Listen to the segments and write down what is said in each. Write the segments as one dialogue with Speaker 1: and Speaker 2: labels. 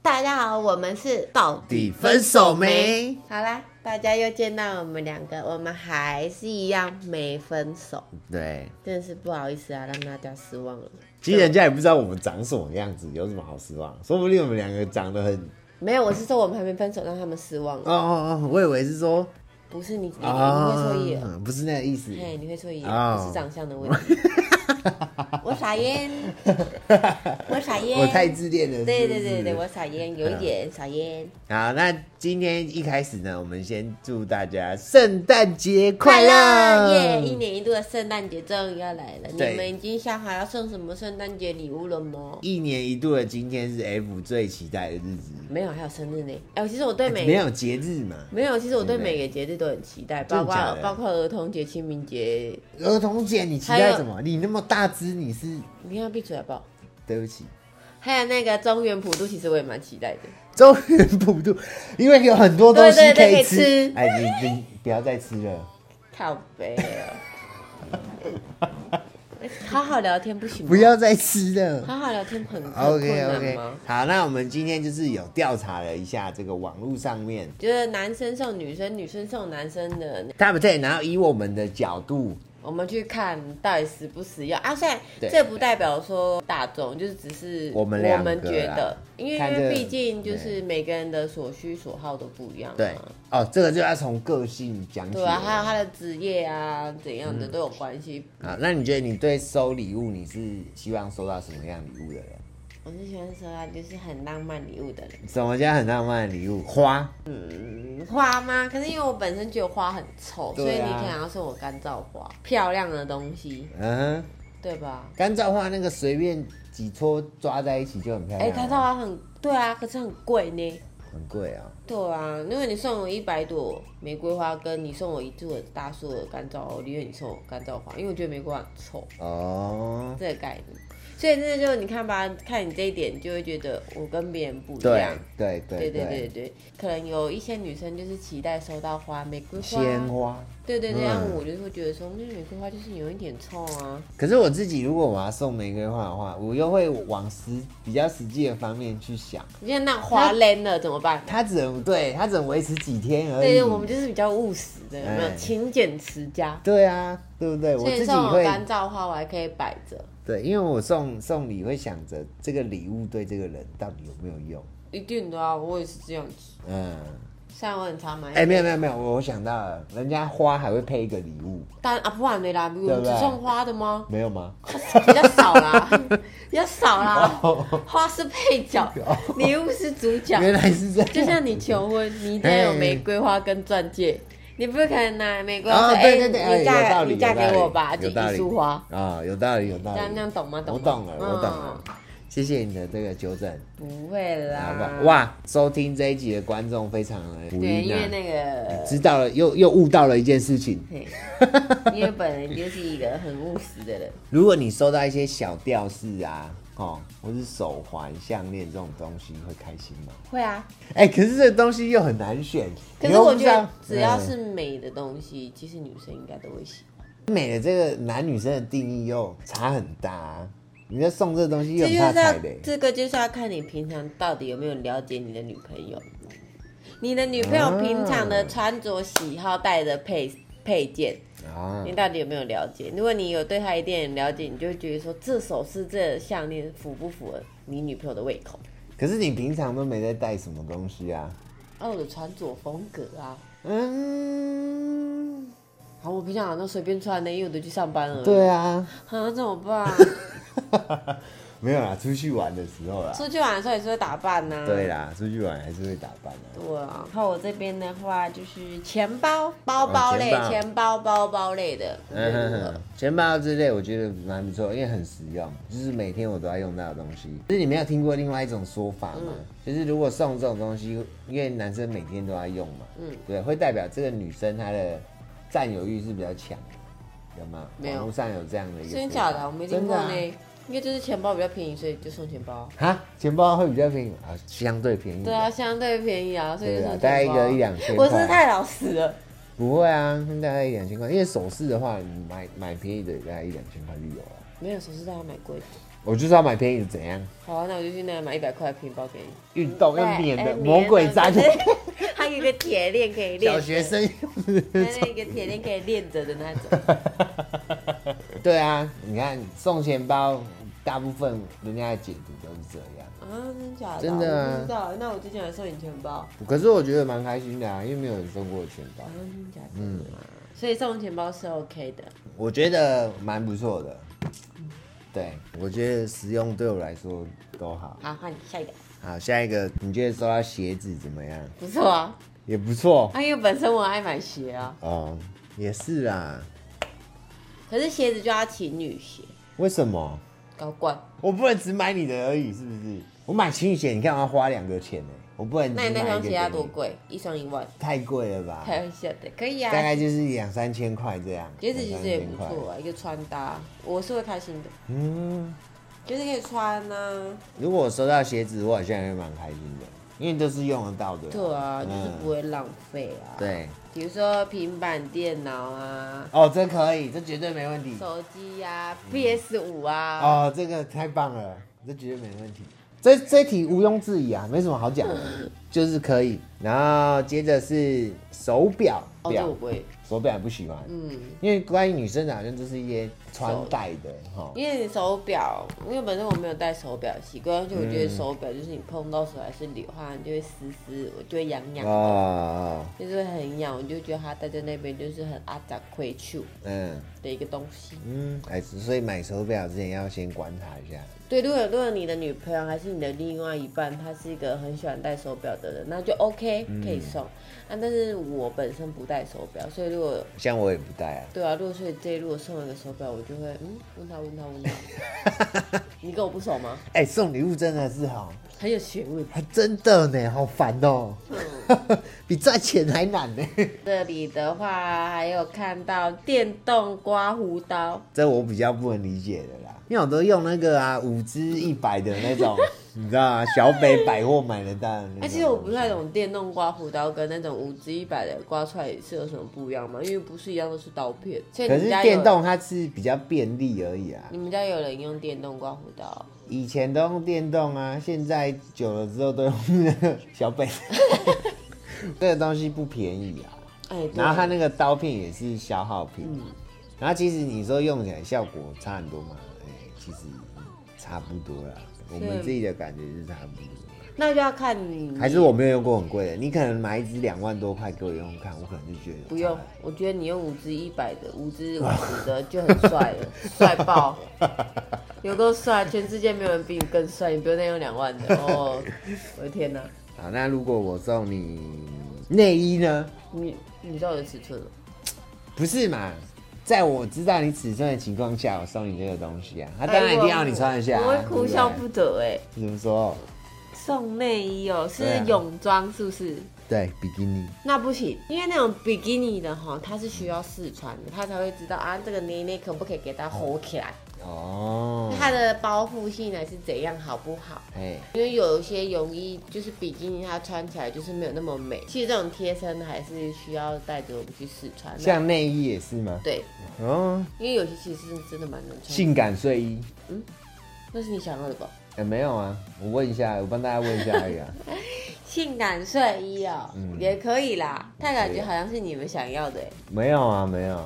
Speaker 1: 大家好，我们是到
Speaker 2: 底分手没？
Speaker 1: 好啦，大家又见到我们两个，我们还是一样没分手，
Speaker 2: 对，
Speaker 1: 真的是不好意思啊，让大家失望了。
Speaker 2: 其实人家也不知道我们长什么样子，有什么好失望？说不定我们两个长得很……
Speaker 1: 没有，我是说我们还没分手，让他们失望
Speaker 2: 哦
Speaker 1: 了。
Speaker 2: 哦哦，我以为是说
Speaker 1: 不是你，你你会
Speaker 2: 啊
Speaker 1: 错意了，，
Speaker 2: 不是那个意思。
Speaker 1: 嘿，你会错意了，
Speaker 2: 哦
Speaker 1: 不是长相的问题。我撒 烟，我撒烟，
Speaker 2: 我太自恋了。嗯
Speaker 1: 对
Speaker 2: 是不
Speaker 1: 对
Speaker 2: 是
Speaker 1: 对对，我撒烟，有一点撒烟，
Speaker 2: 好，那今天一开始呢，我们先祝大家圣诞节快乐
Speaker 1: 乐耶！一年一度的圣诞节终于要来了，
Speaker 2: 对
Speaker 1: 你们已经想好要送什么圣诞节礼物了吗？
Speaker 2: 一年一度的今天是 F 最期待的日子，
Speaker 1: 没有，还有生日呢。哎、其实我对每
Speaker 2: 没有节日嘛？
Speaker 1: 没有，其实我对每个节日都很期待，
Speaker 2: 真
Speaker 1: 包
Speaker 2: 的
Speaker 1: 括
Speaker 2: 假的
Speaker 1: 包括儿童节、清明节。
Speaker 2: 儿童节你期
Speaker 1: 还有
Speaker 2: 待什么？你那么大只，你是
Speaker 1: 你看闭嘴好不好？
Speaker 2: 对不起。
Speaker 1: 还有那个中原普渡，其实我也蛮期待的。
Speaker 2: 中原普渡，因为有很多东西
Speaker 1: 对对
Speaker 2: 可
Speaker 1: 对
Speaker 2: 以
Speaker 1: 可以吃
Speaker 2: 哎，你你不要再吃了，
Speaker 1: 靠 背哦，哎好好聊天不行吗？
Speaker 2: 不要再吃了。
Speaker 1: 好好聊天很很
Speaker 2: OK
Speaker 1: 困难
Speaker 2: OK，
Speaker 1: 吗？
Speaker 2: 好，那我们今天就是有调查了一下这个网络上面
Speaker 1: 觉得男生送女生，女生送男生的，
Speaker 2: Top Ten，然后以我们的角度，
Speaker 1: 我们去看到底实不实用啊。虽然
Speaker 2: 对
Speaker 1: 这不代表说大众，就是只是
Speaker 2: 我们
Speaker 1: 我
Speaker 2: 两个
Speaker 1: 们觉
Speaker 2: 啦
Speaker 1: 得，因为
Speaker 2: 看
Speaker 1: 因
Speaker 2: 这
Speaker 1: 为
Speaker 2: 个
Speaker 1: 毕竟就是每个人的所需所好都不一样、啊，
Speaker 2: 对，嗯哦，这个就要从个性讲起
Speaker 1: 对
Speaker 2: 了。
Speaker 1: 啊，还有他的职业啊怎样
Speaker 2: 嗯
Speaker 1: 的都有关系。
Speaker 2: 啊，那你觉得你对收礼物，你是希望收到什么样礼物的人？
Speaker 1: 我是喜欢收到就是很浪漫礼物的人，
Speaker 2: 什么叫很浪漫的礼物？花，
Speaker 1: 嗯花吗？可是因为我本身觉得花很臭，所以
Speaker 2: 对
Speaker 1: 你
Speaker 2: 啊
Speaker 1: 可能要送我干燥花，漂亮的东西，
Speaker 2: 嗯哼，
Speaker 1: 对吧？
Speaker 2: 干燥花那个随便几撮抓在一起就很漂
Speaker 1: 哎、
Speaker 2: 亮了。
Speaker 1: 干燥花很对啊，可是很贵呢。
Speaker 2: 很贵啊、
Speaker 1: 对啊，如果你送我一百朵玫瑰花，跟你送我一座大树的干燥花，我宁愿你送我干燥花，因为我觉得玫瑰花很臭，
Speaker 2: 哦，
Speaker 1: 这个概念。所以这就你看吧，看你这一点，就会觉得我跟别人不一
Speaker 2: 对
Speaker 1: 样。
Speaker 2: 对
Speaker 1: 对
Speaker 2: 对
Speaker 1: 对对对，可能有一些女生就是期待收到花，玫瑰花。
Speaker 2: 鲜花。
Speaker 1: 对对对，
Speaker 2: 嗯
Speaker 1: 但我就会觉得说，那玫瑰花就是有一点臭啊。
Speaker 2: 可是我自己，如果我要送玫瑰花的话，我又会往实比较实际的方面去想，
Speaker 1: 你看那花烂了怎么办？
Speaker 2: 它只能对它只能维持几天而已。
Speaker 1: 对对，我们就是比较务实的，有没有？
Speaker 2: 哎
Speaker 1: 勤俭持家。
Speaker 2: 对啊，对不对？我
Speaker 1: 所以
Speaker 2: 自己
Speaker 1: 送我
Speaker 2: 会
Speaker 1: 干燥花，我还可以摆着。
Speaker 2: 对，因为我送送礼会想着这个礼物对这个人到底有没有用。
Speaker 1: 一定的啊，我也是这样子。
Speaker 2: 嗯，
Speaker 1: 虽然我很常买，
Speaker 2: 哎、没有没有没有，我我想到了，人家花还会配一个礼物，
Speaker 1: 但啊不然没啦，我
Speaker 2: 对
Speaker 1: 们
Speaker 2: 不
Speaker 1: 只
Speaker 2: 对
Speaker 1: 送花的吗？
Speaker 2: 没有吗？
Speaker 1: 比较少啦， 比较少啦。
Speaker 2: 哦
Speaker 1: 花是配角，礼物是主角。
Speaker 2: 原来是这样，
Speaker 1: 就像你求婚，你一定要有
Speaker 2: 哎
Speaker 1: 玫瑰花跟钻戒，你不可能拿玫瑰花
Speaker 2: 哦
Speaker 1: 说，
Speaker 2: 对对对，
Speaker 1: 哎你
Speaker 2: 哎有
Speaker 1: 嫁
Speaker 2: 道理
Speaker 1: 你嫁
Speaker 2: 有道
Speaker 1: 给
Speaker 2: 理
Speaker 1: 我吧，就
Speaker 2: 有道
Speaker 1: 一
Speaker 2: 理
Speaker 1: 束花。
Speaker 2: 啊，有道理有道
Speaker 1: 这
Speaker 2: 理，
Speaker 1: 样这样懂吗？懂
Speaker 2: 我
Speaker 1: 吗？
Speaker 2: 懂了，我懂了
Speaker 1: 嗯，，
Speaker 2: 谢谢你的这个纠正，
Speaker 1: 不会
Speaker 2: 好不
Speaker 1: 啦
Speaker 2: 好？，哇，收听这一集的观众非常的福
Speaker 1: 啊对，
Speaker 2: 音
Speaker 1: 因为
Speaker 2: 啊，
Speaker 1: 那个
Speaker 2: 知道了又又悟到了一件事情，
Speaker 1: 嘿， 因为本人就是一个很务实的人。
Speaker 2: 如果你收到一些小吊饰啊，哦，或是手环、项链这种东西，你会开心吗？
Speaker 1: 会啊，
Speaker 2: 哎、可是这个东西又很难选，
Speaker 1: 可
Speaker 2: 你
Speaker 1: 是
Speaker 2: 又
Speaker 1: 我
Speaker 2: 不
Speaker 1: 觉
Speaker 2: 知道
Speaker 1: 得只要是
Speaker 2: 嗯
Speaker 1: 美的东西，其实女生应该都会喜欢。
Speaker 2: 美的这个男女生的定义又差很大、啊，你在送这个东西
Speaker 1: 这
Speaker 2: 又很
Speaker 1: 就是
Speaker 2: 怕踩
Speaker 1: 要
Speaker 2: 雷。
Speaker 1: 这个就是要看你平常到底有没有了解你的女朋友，你的女朋友
Speaker 2: 啊
Speaker 1: 平常的穿着喜好、戴的配配件，
Speaker 2: 啊
Speaker 1: 你到底有没有了解？如果你有对她一点了解，你就会觉得说这首饰、这项链符不符合你女朋友的胃口？
Speaker 2: 可是你平常都没在带什么东西啊？
Speaker 1: 啊，我的穿着风格啊，
Speaker 2: 嗯，
Speaker 1: 好，我平常好像都随便穿的，因为我都去上班了。
Speaker 2: 对啊，
Speaker 1: 啊，怎么 办？
Speaker 2: 没有啦，出去玩的时候啦。
Speaker 1: 出去玩的时候也是会打扮呐、啊
Speaker 2: 对啦，出去玩还是会打扮的、
Speaker 1: 对啊，然后我这边的话就是钱包、包包类、
Speaker 2: 哦
Speaker 1: 钱
Speaker 2: 钱
Speaker 1: 包、包包类的，
Speaker 2: 嗯哼
Speaker 1: 嗯，
Speaker 2: 哼，钱包之类我觉得蛮不错，因为很实用，就是每天我都要用到的东西。就是你没有听过另外一种说法吗？
Speaker 1: 嗯
Speaker 2: 就是如果送这种东西，因为男生每天都要用嘛，嗯，对，会代表这个女生她的占有欲是比较强的，有吗？
Speaker 1: 没有
Speaker 2: 网络上有这样的一个说法。
Speaker 1: 真假的啊我没听
Speaker 2: 真
Speaker 1: 过
Speaker 2: 的啊
Speaker 1: 呢，因为就是钱包比较便宜，所以就送钱包。
Speaker 2: 啊，钱包会比较便宜啊，相对便宜。
Speaker 1: 对啊，相对便宜啊，所以就
Speaker 2: 对
Speaker 1: 送
Speaker 2: 啊
Speaker 1: 钱包。
Speaker 2: 大概一个一两千块
Speaker 1: 我是不是太老实了，
Speaker 2: 不会啊，大概一两千块，因为首饰的话，你买买便宜的也大概一两千块就有了。
Speaker 1: 没有首饰大家买贵的。
Speaker 2: 我就是要买便宜的，怎样？
Speaker 1: 好啊，那我就去那里买一百块的皮包给你。
Speaker 2: 运动用
Speaker 3: 哎
Speaker 2: 免
Speaker 3: 哎
Speaker 2: 的魔鬼粘
Speaker 3: 粘的还有一个铁链可以练，
Speaker 2: 小学，生用的
Speaker 3: 那一个铁链可以练着的那种。
Speaker 2: 对啊，你看送钱包，大部分人家的解读都是这样。
Speaker 1: 啊，真假的？
Speaker 2: 真的啊
Speaker 1: 我不知道。那我之前还送你钱包，
Speaker 2: 可是我觉得蛮开心的啊，因为没有人送过我钱包
Speaker 1: 啊，，真假的？嗯，所以送钱包是 OK 的。
Speaker 2: 我觉得蛮不错的。对，我觉得实用对我来说都好。
Speaker 3: 好，换你下一个，
Speaker 2: 好，下一个，你觉得收到鞋子怎么样？
Speaker 1: 不错啊，
Speaker 2: 也不错
Speaker 1: 啊，因为本身我爱买鞋啊，
Speaker 2: 哦，也是啦。
Speaker 1: 可是鞋子就要情侣鞋，
Speaker 2: 为什么？
Speaker 1: 高冠。
Speaker 2: 我不能只买你的而已，是不是？我买情侣鞋，你看我要花两个钱呢、我不能只
Speaker 1: 那
Speaker 2: 买
Speaker 1: 你
Speaker 2: 一个
Speaker 1: 那双鞋
Speaker 2: 给
Speaker 1: 要
Speaker 2: 你
Speaker 1: 多？贵？一双一万，
Speaker 2: 太贵了吧？
Speaker 1: 开玩笑的，可以啊。
Speaker 2: 大概就是两三千块这样。
Speaker 1: 鞋子其
Speaker 2: 两
Speaker 1: 实
Speaker 2: 三
Speaker 1: 也
Speaker 2: 千
Speaker 1: 不
Speaker 2: 块
Speaker 1: 错。啊，一个穿搭，我是会开心的，
Speaker 2: 嗯，
Speaker 1: 就是可以穿啊。
Speaker 2: 如果我收到鞋子，我好像也会蛮开心的，因为都是用得到的。
Speaker 1: 对啊，就是
Speaker 2: 嗯
Speaker 1: 不会浪费啊。，
Speaker 2: 对，
Speaker 1: 比如说平板电脑啊、
Speaker 2: 哦，这可以，这绝对没问题。
Speaker 1: 手机呀、PS 五啊。
Speaker 2: 嗯哦，这个太棒了，这绝对没问题。这这题毋庸置疑啊，没什么好讲的， 就是可以。然后接着是手表，
Speaker 1: 哦，这
Speaker 2: 表
Speaker 1: 我不会，
Speaker 2: 手表也不喜欢，
Speaker 1: 嗯，
Speaker 2: 因为关于女生的好像就是一些穿戴的哈。
Speaker 1: 因为手表，因为本身我没有戴手表的习惯，而且我觉得手表就是你碰到手还是流汗，就会湿湿，我就会痒痒，
Speaker 2: 哦，
Speaker 1: 就是会很痒，我就觉得它戴在那边就是很阿杂愧疚
Speaker 2: 嗯
Speaker 1: 的一个东西。
Speaker 2: 嗯，哎，所以买手表之前要先观察一下。
Speaker 1: 对，如果如果你的女朋友还是你的另外一半，她是一个很喜欢戴手表的人，那就 OK 可以送、啊。但是我本身不戴手表，所以如果
Speaker 2: 像我也不戴啊，
Speaker 1: 对啊，如果所以这一如果送了一个手表，我就会嗯问他问他问他，你跟我不熟吗？
Speaker 2: 哎、送礼物真的是好，
Speaker 1: 很有学问。
Speaker 2: 还真的呢，好烦哦、
Speaker 1: 嗯
Speaker 2: 比赚钱还难呢。
Speaker 1: 这里的话还有看到电动刮胡刀，
Speaker 2: 这我比较不能理解的啦，因为我都用那个啊五支一百的 那种，你知道吗？小北百货买得到的那种。
Speaker 1: 哎、其实我不太懂电动刮胡刀跟那种五支一百的刮出来是有什么不一样吗？因为不是一样都是刀片，所以
Speaker 2: 可
Speaker 1: 你
Speaker 2: 是
Speaker 1: 们家有
Speaker 2: 电动它是比较便利而已啊，
Speaker 1: 你们家有人用电动刮胡刀？
Speaker 2: 以前都用电动啊，现在久了之后都用那个小 北。这个东西不便宜啊，
Speaker 1: 哎、对嗯
Speaker 2: 然后它那个刀片也是消耗品，啊然后其实你说用起来效果差很多嘛，哎、其实差不多啦，我们自己的感觉是差不多。
Speaker 1: 那就要看你
Speaker 2: 还是我没有用过很贵的，你可能买一支两万多块给我用用看，我可能就觉得
Speaker 1: 不用，我觉得你用五支一百的、五支五十的就很帅 了，帅爆，有够帅！全世界没有人比你更帅，你不用再用两万的哦！我的天哪，
Speaker 2: 好，那如果我送你内衣呢？
Speaker 1: 你你知道我的尺寸了？
Speaker 2: 不是嘛？在我知道你尺寸的情况下，我送你这个东西啊，他当然一定要你穿得下、啊，
Speaker 1: 哎我会哭笑不
Speaker 2: 对
Speaker 1: 得哎、
Speaker 2: 对怎么说？
Speaker 1: 送内衣哦，是
Speaker 2: 对啊
Speaker 1: 泳装是不是？
Speaker 2: 对，比基尼。
Speaker 1: 那不行，因为那种比基尼的哈，它是需要试穿的，它才会知道啊，这个内内可不可以给它吼起来，
Speaker 2: 哦，
Speaker 1: 它的包覆性呢是怎样好不好？
Speaker 2: 哎，
Speaker 1: 因为有一些泳衣就是比基尼，它穿起来就是没有那么美。其实这种贴身的还是需要带着我们去试穿的。
Speaker 2: 像内衣也是吗？
Speaker 1: 对，
Speaker 2: 哦，
Speaker 1: 因为有些其实是真的蛮难穿的。
Speaker 2: 性感睡衣？
Speaker 1: 那是你想要的吧？
Speaker 2: 呃，没有啊，我问一下，我帮大家问一下而已啊。
Speaker 1: 性感睡衣哦，
Speaker 2: 嗯
Speaker 1: 也可以啦。但感觉好像是你们想要的欸。
Speaker 2: 没有啊，没有，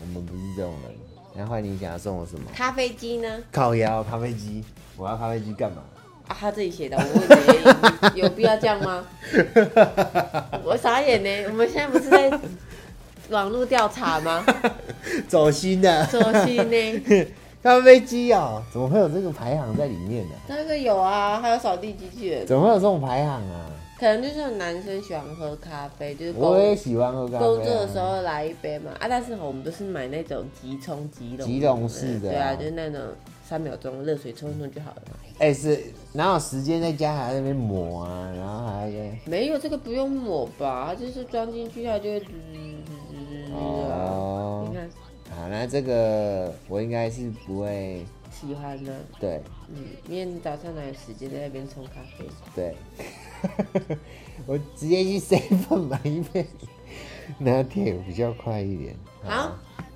Speaker 2: 我们不是这种人。然后换你想要送我什么？
Speaker 1: 咖啡机呢？
Speaker 2: 烤腰咖啡机，我要咖啡机干嘛？
Speaker 1: 啊，他自己写的，我会觉得有必要这样 吗？我傻眼呢。我们现在不是 在网络调查吗？
Speaker 2: 走心的，
Speaker 1: 所以呢，
Speaker 2: 咖啡机哦，怎么会有这个排行在里面呢、
Speaker 1: 那个有啊，还有扫地机器人。
Speaker 2: 怎么会有这种排行啊？
Speaker 1: 可能就是男生喜欢喝咖啡，就是工
Speaker 2: 我也喜欢喝咖啡、啊。
Speaker 1: 工作的时，候来一杯嘛。啊，但是我们都是买那种即冲即溶，
Speaker 2: 即溶式的啊
Speaker 1: 对啊，就是那种三秒钟热水冲一冲就好了嘛。
Speaker 2: 哎、是哪有时间在家还在那边磨啊，然后还在
Speaker 1: 没有这个不用抹吧，它就是装进去，它就会滋滋滋滋滋滋啊。
Speaker 2: 哦
Speaker 1: 你。看，
Speaker 2: 好，那这个我应该是不会，
Speaker 1: 喜欢呢，
Speaker 2: 对
Speaker 1: 嗯，因为你早上哪有时间在那边冲咖啡？
Speaker 2: 对， 我直接去 seven 买一杯拿铁比较快一点。
Speaker 1: 好，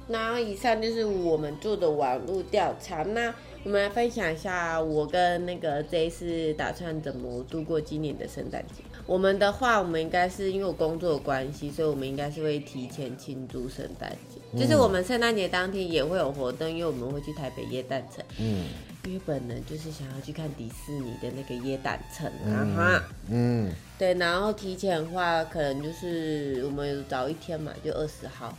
Speaker 1: 那以上就是我们做的网络调查。那我们来分享一下我跟那个 J 是打算怎么度过今年的圣诞节。我们的话，我们应该是因为我工作的关系，所以我们应该是会提前庆祝圣诞节。就是我们圣诞节当天也会有活动，因为我们会去台北耶诞城。
Speaker 2: 嗯
Speaker 1: 因为本人就是想要去看迪士尼的那个耶诞城啊哈。
Speaker 2: 嗯
Speaker 1: 对，然后提前的话，可能就是我们有早一天嘛，就二十号，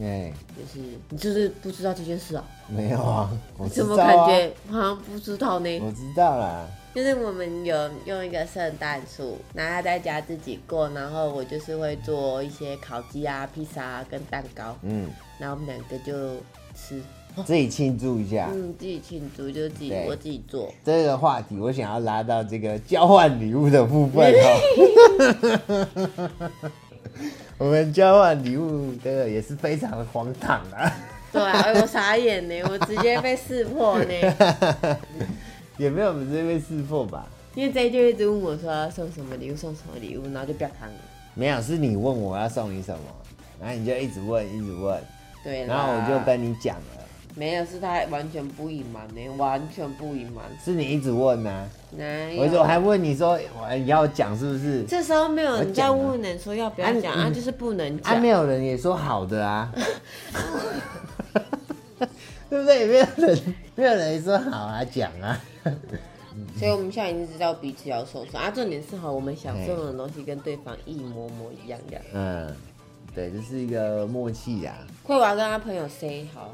Speaker 2: 哎、
Speaker 1: 就是你就是不知道这件事啊、
Speaker 2: 没 有啊，我知
Speaker 1: 怎么
Speaker 2: 道
Speaker 1: 感
Speaker 2: 啊
Speaker 1: 觉好像不知道呢？
Speaker 2: 我知道啦，
Speaker 1: 哦就是我们有用一个圣诞树，然后他在家自己过，然后我就是会做一些烤鸡啊、披萨、啊、跟蛋糕，
Speaker 2: 嗯，
Speaker 1: 然后我们两个就吃，
Speaker 2: 自己庆祝一下。
Speaker 1: 嗯，自己庆祝，就自己
Speaker 2: 哦对
Speaker 1: 我自己做。
Speaker 2: 这个话题我想要拉到这个交换礼物的部分哦。 我们交换礼物这个也是非常的荒唐啊，
Speaker 1: 对啊，哎、我傻眼呢，我直接被识破呢。
Speaker 2: 也没有我们这边识破吧？
Speaker 1: 因为 J 就一直问我说要送什么礼物，送什么礼物，然后就不要看了。
Speaker 2: 没有，是你问我要送你什么，然后你就一直问，一直问，
Speaker 1: 对啦，
Speaker 2: 然后我就跟你讲了，
Speaker 1: 没有，是他完全不隐瞒呢，完全不隐瞒。
Speaker 2: 是你一直问呐、
Speaker 1: 哪有
Speaker 2: 我就我还问你说我要讲是不是？
Speaker 1: 这时候没有人在
Speaker 2: 我讲啊
Speaker 1: 问人说要不要讲
Speaker 2: 啊
Speaker 1: 啊，
Speaker 2: 嗯
Speaker 1: 就是不能讲。
Speaker 2: 啊，没有人也说好的啊， 对不对？没有人，没有人也说好啊，讲啊。
Speaker 1: 所以我们现在已经知道彼此要受伤啊。重点是哈，我们想送的东西跟对方一模模一样样。
Speaker 2: 嗯，对，这是一个默契啊。
Speaker 1: 会娃跟他朋友 say 好，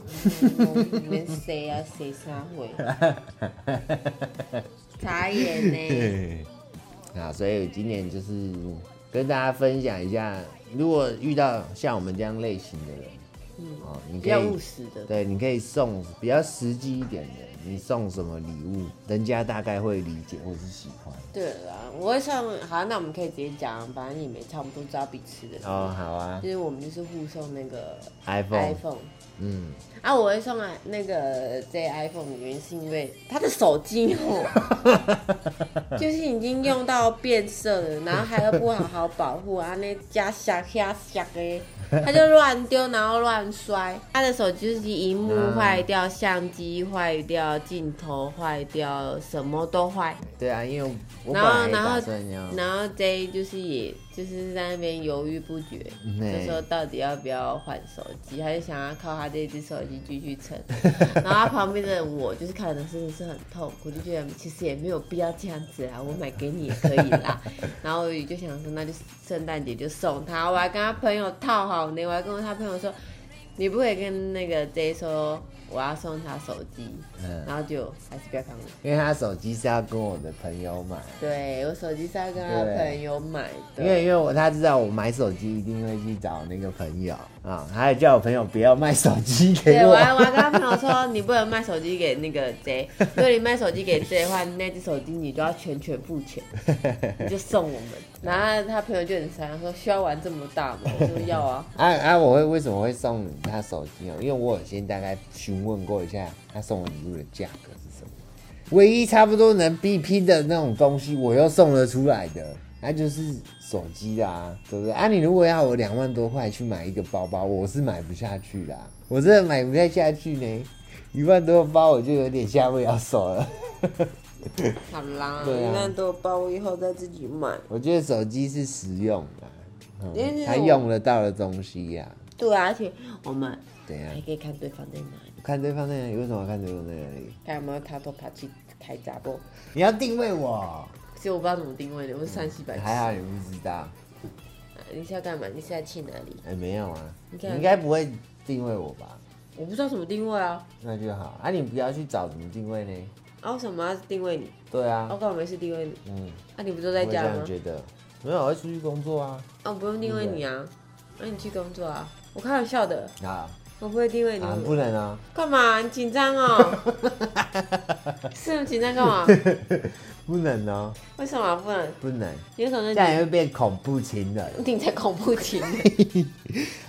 Speaker 1: 连 say 啊 say 啥 会，傻眼呢。
Speaker 2: 啊，所以今年就是跟大家分享一下，如果遇到像我们这样类型的人，哦，你
Speaker 1: 嗯比
Speaker 2: 可
Speaker 1: 较
Speaker 2: 以
Speaker 1: 务实的，
Speaker 2: 对，你可以送比较实际一点的，你送什么礼物，人家大概会理解或是喜欢。
Speaker 1: 对啦，我会送。好，那我们可以直接讲，反正你们差不多知道彼此的。
Speaker 2: 哦，好啊
Speaker 1: 就是我们就是互送那个
Speaker 2: ，iPhone，
Speaker 1: iPhone
Speaker 2: 嗯，
Speaker 1: 啊，我会送啊那个这 iPhone 的原因是因为它的手机哦， 就是已经用到变色了，然后还要不好好保护啊，那加下下下的，它就乱丢，然后乱摔。它的手机就是荧
Speaker 2: 嗯
Speaker 1: 幕坏掉，相机坏掉，镜头坏掉，什么都坏。
Speaker 2: 对啊，因为我本
Speaker 1: 然后
Speaker 2: 来也
Speaker 1: 然后
Speaker 2: 打算要，
Speaker 1: 然后 J 就是也就是在那边犹豫不决，
Speaker 2: 嗯
Speaker 1: 就说到底要不要换手机，他就想要靠他这只手机继续撑。 然后他旁边的我就是看的真的是很痛苦，就觉得其实也没有必要这样子啊啦，我买给你也可以 啦。然后我也就想说，那就圣诞节就送他，我还跟他朋友套好呢，我还跟他朋友说，你不可以跟那个 J 说我要送他手机，
Speaker 2: 嗯，
Speaker 1: 然后就还是不要看我。
Speaker 2: 因为他手机是要跟我的朋友买。
Speaker 1: 对我手机是要跟他
Speaker 2: 对
Speaker 1: 朋友买的，
Speaker 2: 因为因为我他知道我买手机一定会去找那个朋友啊，还有叫我朋友不要卖手机给
Speaker 1: 对，我
Speaker 2: 我。
Speaker 1: 还我还跟他朋友说， 你不能卖手机给那个 J，如果你卖手机给 J 的话，那只手机你就要全权付钱，你就送我们。然后他朋友就很傻，说需要玩这么大吗？我说要啊。
Speaker 2: 啊啊！我会为什么会送他手机哦？因为我有先大概询问过一下他送我礼物的价格是什么，唯一差不多能比拼的那种东西，我又送得出来的，那就是手机啦，对不对？啊，你如果要我两万多块去买一个包包，我是买不下去啦，我真的买不太下去呢。一万多的包我就有点下不了手了。
Speaker 1: 好啦，
Speaker 2: 对啊
Speaker 1: 一万多包，我以后再自己买。
Speaker 2: 我觉得手机是实用的、
Speaker 1: 因为
Speaker 2: 嗯，
Speaker 1: 那
Speaker 2: 它
Speaker 1: 种
Speaker 2: 用得到的东西呀、
Speaker 1: 对啊，而且我们
Speaker 2: 怎样
Speaker 1: 还？可以看对方在哪里，
Speaker 2: 看对方在哪里？为什么要看对方在哪里？
Speaker 1: 看有没有偷偷爬去开闸不？
Speaker 2: 你要定位我，
Speaker 1: 其实我不知道怎么定位的，我是山西白痴。
Speaker 2: 嗯还好你不知道。
Speaker 1: 你是要干嘛？你是要去哪里？
Speaker 2: 哎、没有啊，
Speaker 1: 你
Speaker 2: 你
Speaker 1: 看
Speaker 2: 应该不会定位我吧？
Speaker 1: 我不知道怎么定位啊。
Speaker 2: 那就好。啊，你不要去找什么定位呢？
Speaker 1: 啊，为什么要定位你？
Speaker 2: 对
Speaker 1: 啊我
Speaker 2: 啊，
Speaker 1: 干嘛没事定位你？
Speaker 2: 嗯，
Speaker 1: 啊，你不都
Speaker 2: 我
Speaker 1: 在
Speaker 2: 会这
Speaker 1: 家吗
Speaker 2: 样？觉得。没有，我会出去工作啊。
Speaker 1: 啊，我不用定位你啊，那、你去工作啊。我开玩笑的，
Speaker 2: 啊
Speaker 1: 我不会定位你。
Speaker 2: 啊，不能啊！
Speaker 1: 干嘛？你紧张哦？是紧张干嘛？
Speaker 2: 不能哦，
Speaker 1: 为什么不能？
Speaker 2: 不能，
Speaker 1: 有种
Speaker 2: 这
Speaker 1: 人
Speaker 2: 样也会变恐怖情人。
Speaker 1: 你才恐怖情人，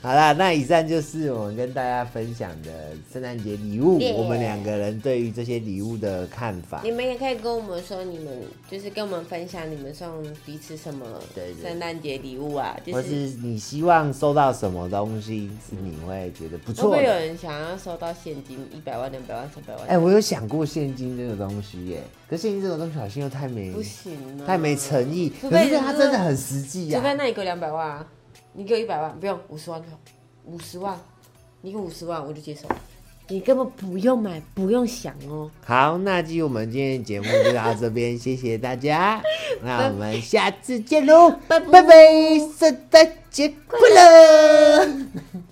Speaker 2: 好啦，那以上就是我们跟大家分享的圣诞节礼物
Speaker 1: Yeah
Speaker 2: 我们两个人对于这些礼物的看法
Speaker 1: 你。们也可以跟我们说，你们就是跟我们分享你们送彼此什么
Speaker 2: 对对
Speaker 1: 圣诞节礼物啊，
Speaker 2: 或
Speaker 1: 就是是
Speaker 2: 你希望收到什么东西是你会觉得不
Speaker 1: 会不
Speaker 2: 错
Speaker 1: 会有
Speaker 2: 的？
Speaker 1: 人想要收到现金一百万、两百万、三百万？
Speaker 2: 哎、我有想过现金这个东西耶，可是现金这种东西好像又太没
Speaker 1: 不行啊，
Speaker 2: 太没诚意，
Speaker 1: 除
Speaker 2: 可
Speaker 1: 非
Speaker 2: 是它真的很实际呀、
Speaker 1: 除非那你给我两百万啊，你给我一百万，不用五十万就好，五十万，你给我五十万我就接受。你根本不用买，不用想哦。
Speaker 2: 好，那今天我们今天的节目就到这边，谢谢大家，那我们下次见喽，拜拜，圣诞节快乐！